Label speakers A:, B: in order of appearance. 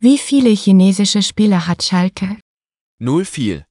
A: Wie viele chinesische Spieler hat Schalke?
B: Null viel.